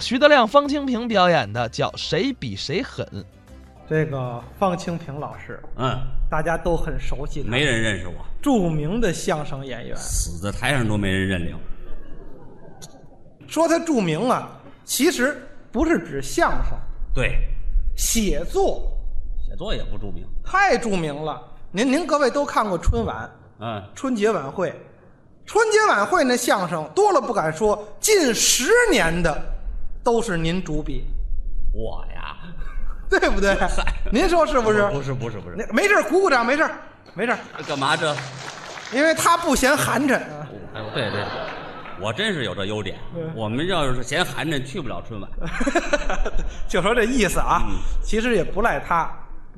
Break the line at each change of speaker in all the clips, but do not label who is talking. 徐德亮、方清平表演的叫《谁比谁狠》。
这个方清平老师，
嗯，
大家都很熟悉的，
没人认识我，
著名的相声演员。
死在台上都没人认领。
说他著名啊，其实不是指相声，
对，
写作
写作也不著名。
太著名了。您您各位都看过春晚、
嗯，
春节晚会，春节晚会那相声多了不敢说，近十年的都是您主笔，
我呀，
对不 对？您说是不是？
不是不是不是，
那没事儿，鼓鼓掌，没事儿，没事儿，
干嘛这？
因为他不嫌寒碜啊。
哎，对对，我真是有这优点。我们要是嫌寒碜，去不了春晚。
就说这意思啊，
嗯
其实也不赖他，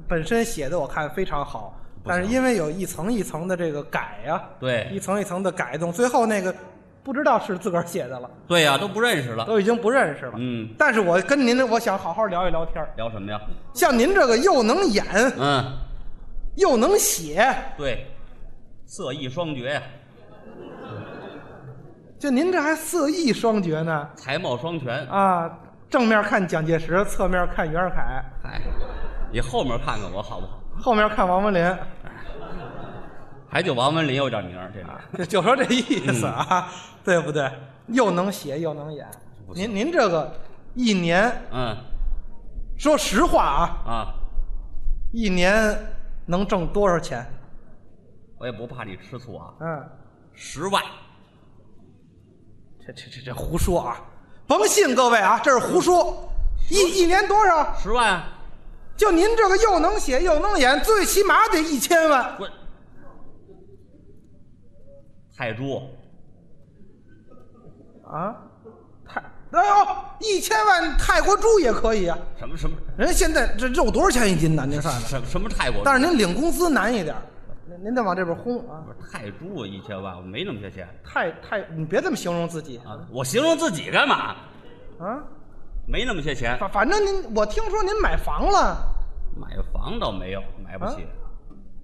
本身写的我看非常好，但是因为有一层一层的这个改呀、
对
一层一层的改动，最后那个不知道是自个儿写的了，
对呀、都不认识了。
都已经不认识了。
啊嗯，
但是我跟您，我想好好聊一聊天儿
聊什么呀？
像您这个又能演
嗯，
又能写，
对，色艺双绝呀，
就您这还色艺双绝呢
才貌双全。
啊！正面看蒋介石，侧面看袁世凯，
哎，你后面看看我好不好？
后面看王文林。
还就王文林有点名儿，这个
就 就说这意思啊， 对不对？又能写又能演，
嗯不错
您您这个一年，
嗯
说实话啊，
啊，
一年能挣多少钱？
我也不怕你吃醋啊，
嗯，
十万
这这这这胡说啊！甭信各位啊，这是胡说。一一年多少？
十万啊，
就您这个又能写又能演，最起码得一千万。
滚！泰铢，
啊，泰哎呦，一千万泰国猪也可以啊！
什么什么
人现在这肉多少钱一斤呢？您算算。
什么什么泰国？
但是您领工资难一点儿，您您得往这边轰啊！
不是泰铢一千万，我没那么些钱
太太，你别这么形容自己
啊！我形容自己干嘛？
啊！
没那么些钱，
反反正您，我听说您买房了，
买房倒没有，买不起，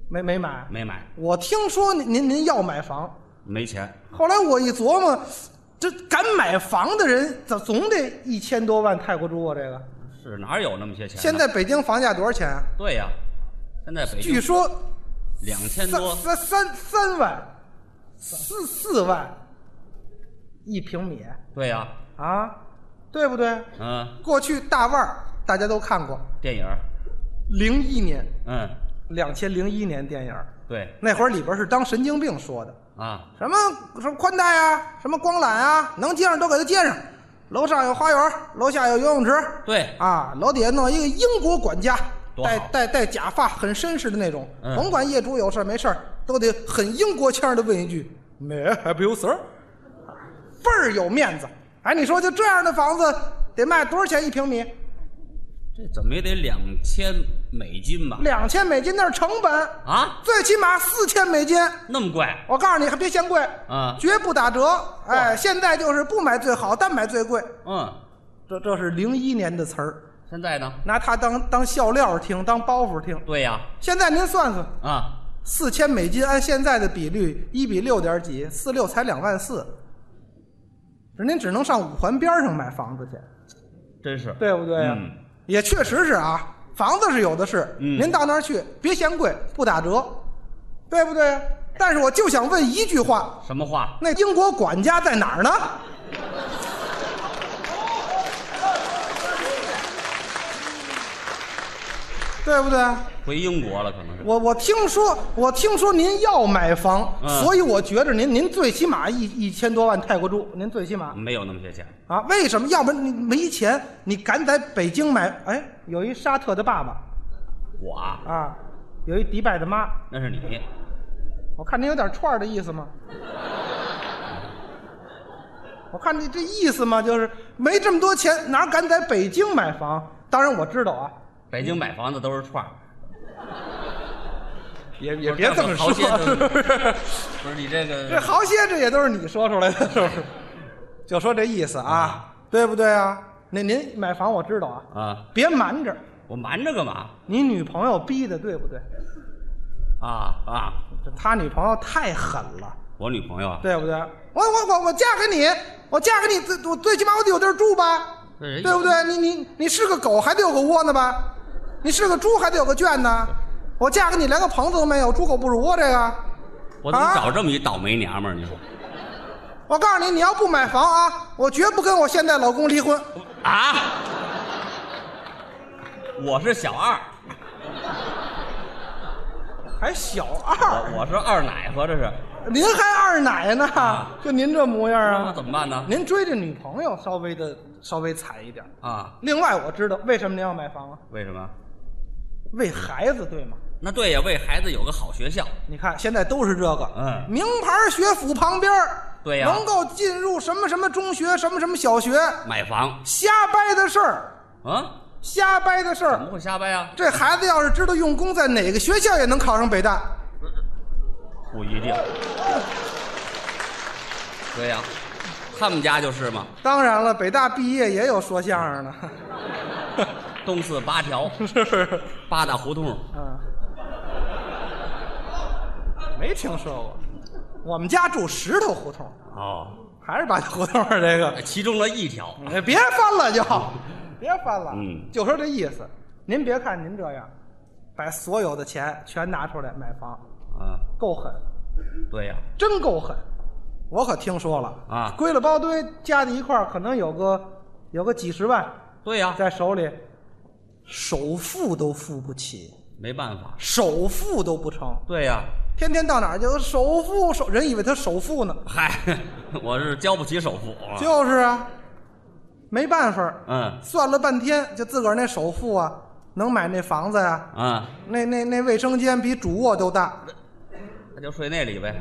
没没买？
没买，
我听说您您您要买房，
没钱。
后来我一琢磨，这敢买房的人，怎总得一千多万泰国铢啊！这个
是哪有那么些钱呢？
现在北京房价多少钱啊？
对呀、现在北
据
京
说
两千
三
多，
三三三万，四四万一平米
对呀、
啊，对不对？
嗯，
过去大腕儿大家都看过，
电影儿，
零一年，
嗯，
两千零一年电影儿。
对
那会儿里边是当神经病说的，
啊，
什么什么宽带啊，什么光缆啊，能接上都给它接上。楼上有花园，楼下有游泳池，
对，
啊，楼底下弄一个英国管家，
多好
戴戴戴假发，很绅士的那种，
嗯
甭管业主有事儿没事儿，都得很英国腔的问一句 “May I help you, sir？” 倍儿有面子。哎，你说就这样的房子得卖多少钱一平米？
这怎么也得两千美金吧？
两千美金那是成本，
啊，
最起码四千美金。
那么贵
我告诉你，还别嫌贵
啊
绝不打折。哎，现在就是不买最好，但买最贵。
嗯，
这这是零一年的词儿，
现在呢？
拿它当当笑料听，当包袱听。
对呀、
现在您算算，
啊，
四千美金按现在的比率，一比六点几，四六才两万四，您只能上五环边上买房子去，
真是，
对不对啊呀、
嗯
也确实是啊，房子是有的是，
嗯
您到那儿去，别嫌贵，不打折，对不对？但是我就想问一句话，
什么话？
那英国管家在哪儿呢？对不对？
回英国了，可能是。
我我听说，我听说您要买房，
嗯
所以我觉着您您最起码一一千多万泰国铢，您最起码
没有那么些钱，
啊？为什么？要不然你没钱，你敢在北京买？哎，有一沙特的爸爸
我啊，
啊，有一迪拜的妈，
那是你，
我看您有点串儿的意思吗？我看你这意思嘛，就是没这么多钱，哪敢在北京买房？当然我知道啊，
北京买房子都是串儿，
也也
不是这么豪些
是
的
不是？
不是你这
这
个
好些这也都是你说出来的，是不是？就说这意思啊，对不对啊？那您买房我知道啊，
啊，
别瞒着，
我瞒着干嘛？
你女朋友逼的，对不对？
啊啊，
这他女朋友太狠了，
我女朋友啊，
对不对？我我我我嫁给你，我嫁给你，最我最起码我得有地儿住吧？
这人
对不对？你你你是个狗还得有个窝呢吧？你是个猪还得有个圈呢。我嫁给你连个棚子都没有，猪狗不如窝这个。
我怎么
啊
找这么一倒霉娘们儿？你说
我告诉你，你要不买房啊，我绝不跟我现在老公离婚。
啊？我是小二，
还小二，
我我是二奶，合着是，
您还二奶呢，就您这模样
啊那
啊？
怎么办呢？
您追着女朋友稍微的稍微惨一点。
啊，
另外，我知道为什么您要买房啊？
为什么？
为孩子，对吗？
那对呀，为孩子有个好学校，
你看现在都是这个，
嗯
名牌学府旁边儿
对呀
能够进入什么什么中学、什么什么小学，
买房
瞎掰的事儿，
啊？
瞎掰的事
怎
儿。
么会瞎掰啊？
这孩子要是知道用功，在哪个学校也能考上北大。
不一定。对呀、他们家就是嘛，
当然了，北大毕业也有说相声的，
东四八 条，
是不是？
八大胡同。
嗯，没听说过。我们家住石头胡同，
哦，嗯
还是八大胡同儿这个。
哎其中的一条。
哎别翻了就，别翻了，
嗯
就说这意思。您别看您这样，把所有的钱全拿出来买房，
啊，
够狠，
对呀、
真够狠。我可听说了
啊
归了包堆加在一块儿，可能有个有个几十万
对呀、
在手里，首付都付不起，
没办法。
首付都不成，
对呀、
天天到哪儿就首付首，人以为他首付呢，
嗨， 我是交不起首付。啊
就是啊，没办法儿，
嗯
算了半天，就自个儿那首付啊，能买那房子呀、
啊，
那那那卫生间比主卧都大，
那就睡那里呗。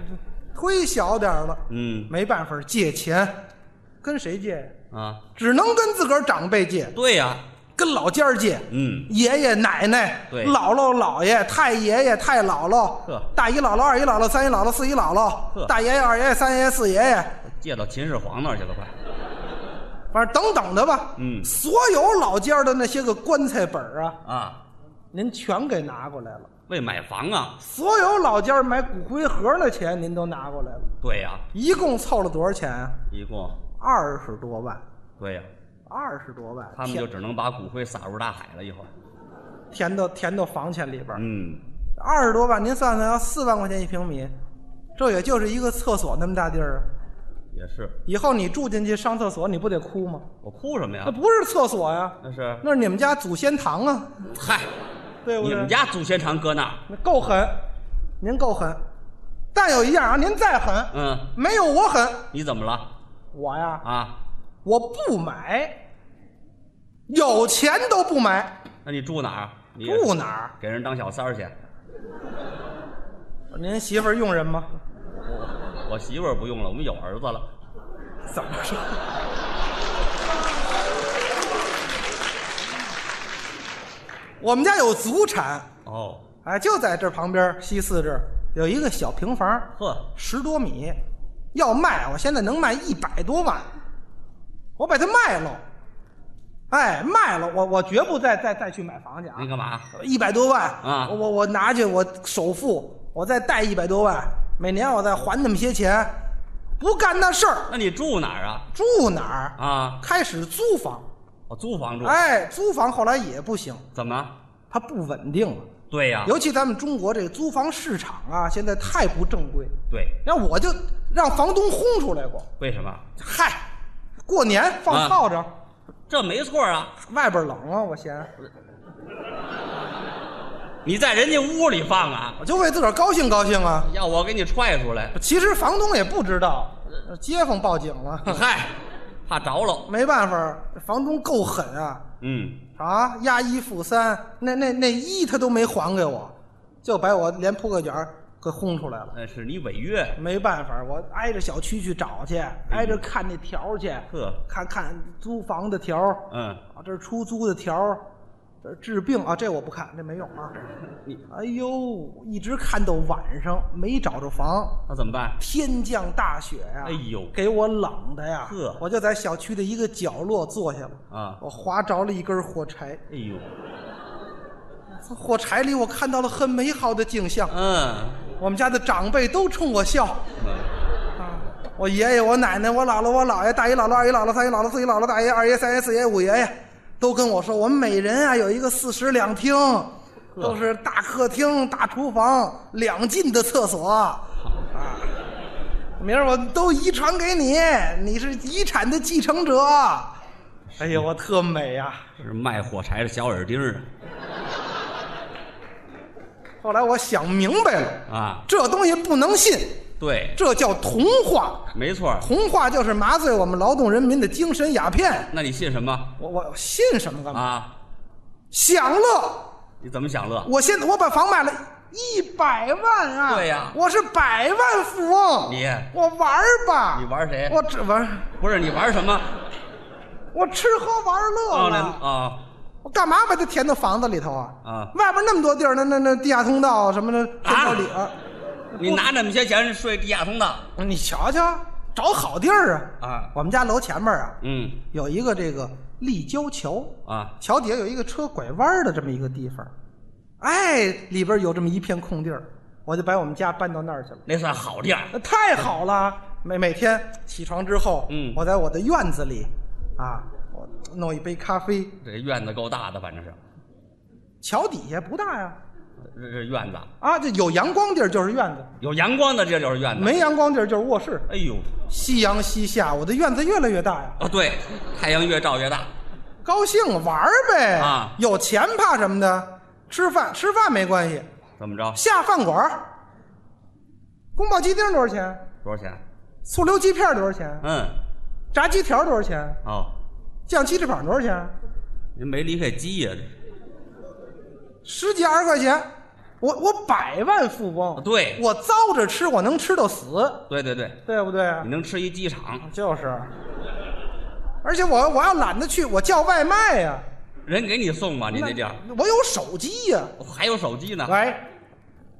忒小点儿了，
嗯
没办法借钱，跟谁借呀？
啊，
只能跟自个儿长辈借，
对呀、
跟老家儿借，
嗯，
爷爷奶奶、
对
姥姥姥爷、太爷爷太姥姥
呵、
大姨姥姥、二姨姥姥、三姨姥姥、四姨姥姥、
呵
大爷爷、二爷爷、三爷爷、四爷爷，
借到秦始皇那儿去了，快。
反正等等的吧。
嗯
所有老家儿的那些个棺材本儿啊，
啊，
您全给拿过来了。
为买房啊。
所有老家儿买骨灰盒的钱您都拿过来了，
对呀、
一共凑了多少钱啊？
一共。
二十多万，
对呀、
二十多万，
他们就只能把骨灰撒入大海了。一会儿。
填填到填到房钱里边儿。
嗯，
二十多万，您算算，要四万块钱一平米，这也就是一个厕所那么大地儿啊。
也是。
以后你住进去上厕所，你不得哭吗？
我哭什么呀
那？不是厕所呀，
那是
那是你们家祖先堂啊，
嗨，
对不对？
你们家祖先常搁那儿，
那够狠，您够狠，但有一样啊，您再狠，
嗯，
没有我狠。
你怎么了
我呀，
啊？
我不买，有钱都不买，
那你住哪儿？啊你
住哪儿？
给人当小三儿去？
您媳妇儿用人吗？
我我媳妇儿不用了，我们有儿子了。
怎么说？ 我们家有祖产，
哦，
哎，就在这旁边儿西四这儿有一个小平房，
呵，
十多米，要卖，我现在能卖一百多万，我把它卖了，哎，卖了，我我绝不再再再去买房去啊！
您干嘛？
一百多万
啊
我我我拿去，我首付，我再贷一百多万，每年我再还那么些钱，不干那事儿，
那你住哪儿啊？
住哪儿？
啊，
开始租房，
我租房住。
哎，租房后来也不行，
怎么？
它不稳定了，
对呀，
尤其咱们中国这个租房市场啊，现在太不正规。
对，
那我就让房东轰出来过，
为什么？
嗨，过年放
啊
炮仗，
这没错啊，
外边冷啊，我嫌，
你在人家屋里放啊，
我就为自个儿高兴高兴啊。
要我给你踹出来。
其实房东也不知道，呃街坊报警了。
嗨，怕着了。
没办法，房东够狠啊！
嗯，
啊，押一付三，那那那一他都没还给我，就把我连铺盖卷儿给轰出来了。
那是你违约。
没办法，我挨着小区去找去，挨着看那条儿去，
呵，
看看租房的条儿，
嗯，
啊，这是出租的条儿，这是治病啊，这我不看，这没用啊。哎呦，一直看到晚上没找着房，
那怎么办？
天降大雪呀、
哎呦
给我冷的呀！
呵
我就在小区的一个角落坐下了。
啊，
我划着了一根火柴，
哎呦，
从火柴里我看到了很美好的景象。
嗯。
我们家的长辈都冲我笑，
嗯
啊，我爷爷、我奶奶、我姥姥、我姥爷、大姨姥姥、二姨姥姥、三姨姥姥、四姨姥姥、大爷、二爷、三爷、四爷、五爷爷，都跟我说，我们每人啊有一个四室两厅，都是大客厅、大厨房、两进的厕所。啊，明儿我都遗传给你，你是遗产的继承者。哎呀，我特美呀、
是卖火柴的小耳钉儿
后来我想明白了，
啊，
这东西不能信，
对，
这叫童话。
没错儿。
童话就是麻醉我们劳动人民的精神鸦片。
那你信什么
我我信什么干嘛？
啊？
享乐！
你怎么享乐？
我现在我把房卖了一百万啊！
对呀
我是百万富翁。
你
我玩儿吧？
你玩谁？
我只玩，
不是你玩什么？
我吃喝玩乐
哦，那
呢。
啊
我干嘛把它填到房子里头啊？
啊！
外边那么多地儿，那那那地下通道什么的，
啊
这道理啊。
你拿那么些钱睡地下通道
你瞧瞧，找好地儿啊！
啊？
我们家楼前面啊
嗯
有一个这个立交桥。
啊，
桥底下有一个车拐弯的这么一个地方，哎，里边有这么一片空地儿，我就把我们家搬到那儿去了，
那算好地儿。
那太好了！每每天起床之后，
嗯
我在我的院子里，啊，我弄一杯咖啡，
这院子够大的，反正是，
桥底下不大呀，
这这院子
啊，这有阳光地儿就是院子，
有阳光的，这就是院子。，
没阳光地儿就是卧室。
哎呦，
夕阳西下，我的院子越来越大呀，
哦对，太阳越照越大。
高兴玩儿呗
啊
有钱怕什么的？吃饭吃饭没关系，
怎么着？
下饭馆儿，宫保鸡丁多少钱？
多少钱？
醋溜鸡片多少钱？
嗯，
炸鸡条多少钱？
哦，
酱鸡翅膀多少钱？
您没离开鸡呀、这是
十几二十块钱，我我百万富翁，
对
我糟着吃，我能吃到死，
对对对，
对不对？
你能吃一鸡场，
就是，而且我我要懒得去，我叫外卖呀、
人给你送吧，你那地儿
我有手机呀、
还有手机呢。
喂，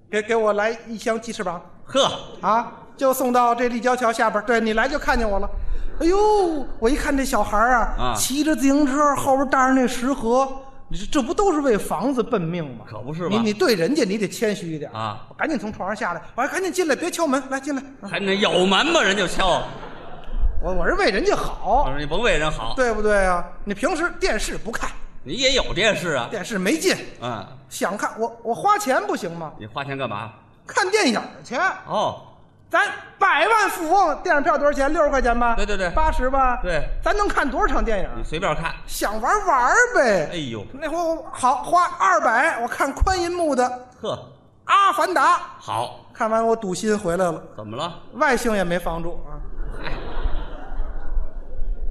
给给我来一箱鸡翅膀
呵，
啊，就送到这立交桥下边儿。对你来就看见我了。哎呦，我一看这小孩儿啊，
啊
骑着自行车后边搭着那食盒，你这这不都是为房子奔命吗？
可不是
你
嘛。
你对人家你得谦虚一点
啊！
我赶紧从床上下来，我还赶紧进来，别敲门，来进来。
还能有门吗？人就敲。
我我是为人家
我
好，
说你甭为人好，
对不对啊？你平时电视不看，
你也有这事啊。
电视没劲，
嗯，
想看我我花钱不行吗？
你花钱干嘛？
看电影儿去，
哦，
咱百万富翁电影票多少钱？六十块钱吧？
对对对
八十吧？
对，
咱能看多少场电影
你
儿？
随便看。
想玩玩儿
哎
呗。
呦，
那会儿我好花二百，我看宽银幕的《
呵，
阿凡达
好，》，
看完我堵心回来了，
怎么了？
外星也没防住啊。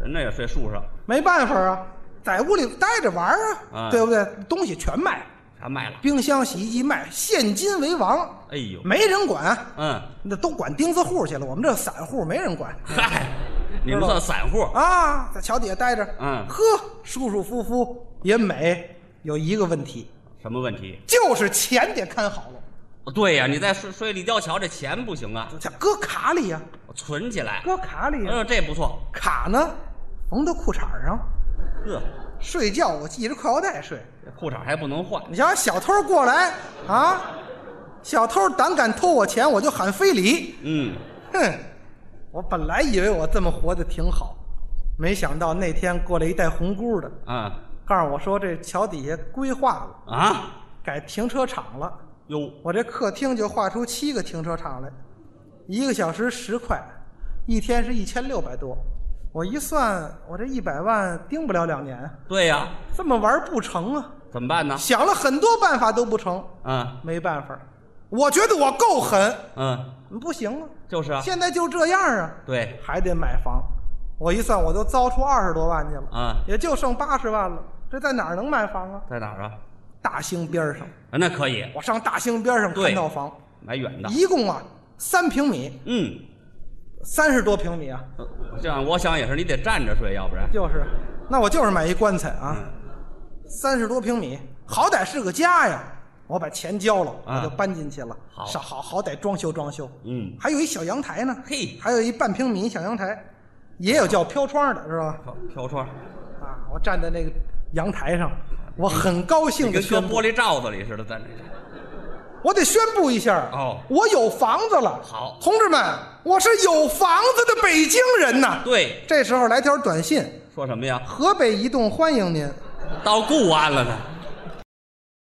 人那也睡树上，
没办法啊，在屋里待着玩儿啊，
嗯
对不对？东西全卖，
全卖了。
冰箱、洗衣机卖，现金为王，
哎呦，
没人管，
嗯，
那都管钉子户去了。我们这散户没人管
嗨，你们算散户。
啊，在桥底下待着，
嗯
呵，舒舒服服也美。有一个问题，
什么问题？
就是钱得看好了，
对呀、你在睡睡立交桥，这钱不行啊，
这搁卡里呀、
存起来。
搁卡里呀、
嗯，这不错。
卡呢缝到裤衩上，
呵，
睡觉我系着裤腰带睡。
这裤衩还不能换。
你瞧，小偷过来啊，小偷胆敢偷我钱，我就喊非礼。
嗯，
哼，我本来以为我这么活得挺好，没想到那天过来一带红箍的，
啊
告诉我说这桥底下规划了，
啊，
改停车场了。
哟，
我这客厅就划出七个停车场来，一个小时十块，一天是一千六百多。我一算，我这一百万盯不了两年，
对呀、
这么玩不成啊！
怎么办呢？
想了很多办法都不成，
嗯
没办法，我觉得我够狠，
嗯，
不行啊，
就是啊，
现在就这样啊，
对，
还得买房。我一算，我都糟出二十多万去了，
啊，
也就剩八十万了。这在哪儿能买房啊？
在哪儿啊？
大兴边儿上，
啊那可以
我上大兴边儿上看
对
到房，
买远的。
一共啊三平米，
嗯，
三十多平米啊，
呃这样我想也是，你得站着睡，要不然
就是，那我就是买一棺材啊，
嗯
三十多平米，好歹是个家呀。我把钱交了，
啊
我就搬进去了，
好
是好好歹装修装修。
嗯，
还有一小阳台呢，
嘿
还有一半平米小阳台，也有叫飘窗的，知道吧？
飘飘窗，
啊，我站在那个阳台上，我很高兴
你
的
跟搁
宣布
玻，璃罩子里似的，在那
我得宣布一下
哦
我有房子了。
好
同志们，我是有房子的北京人呐。
对，
这时候来条短信：
说什么呀？
河北移动欢迎您。
到固安了呢。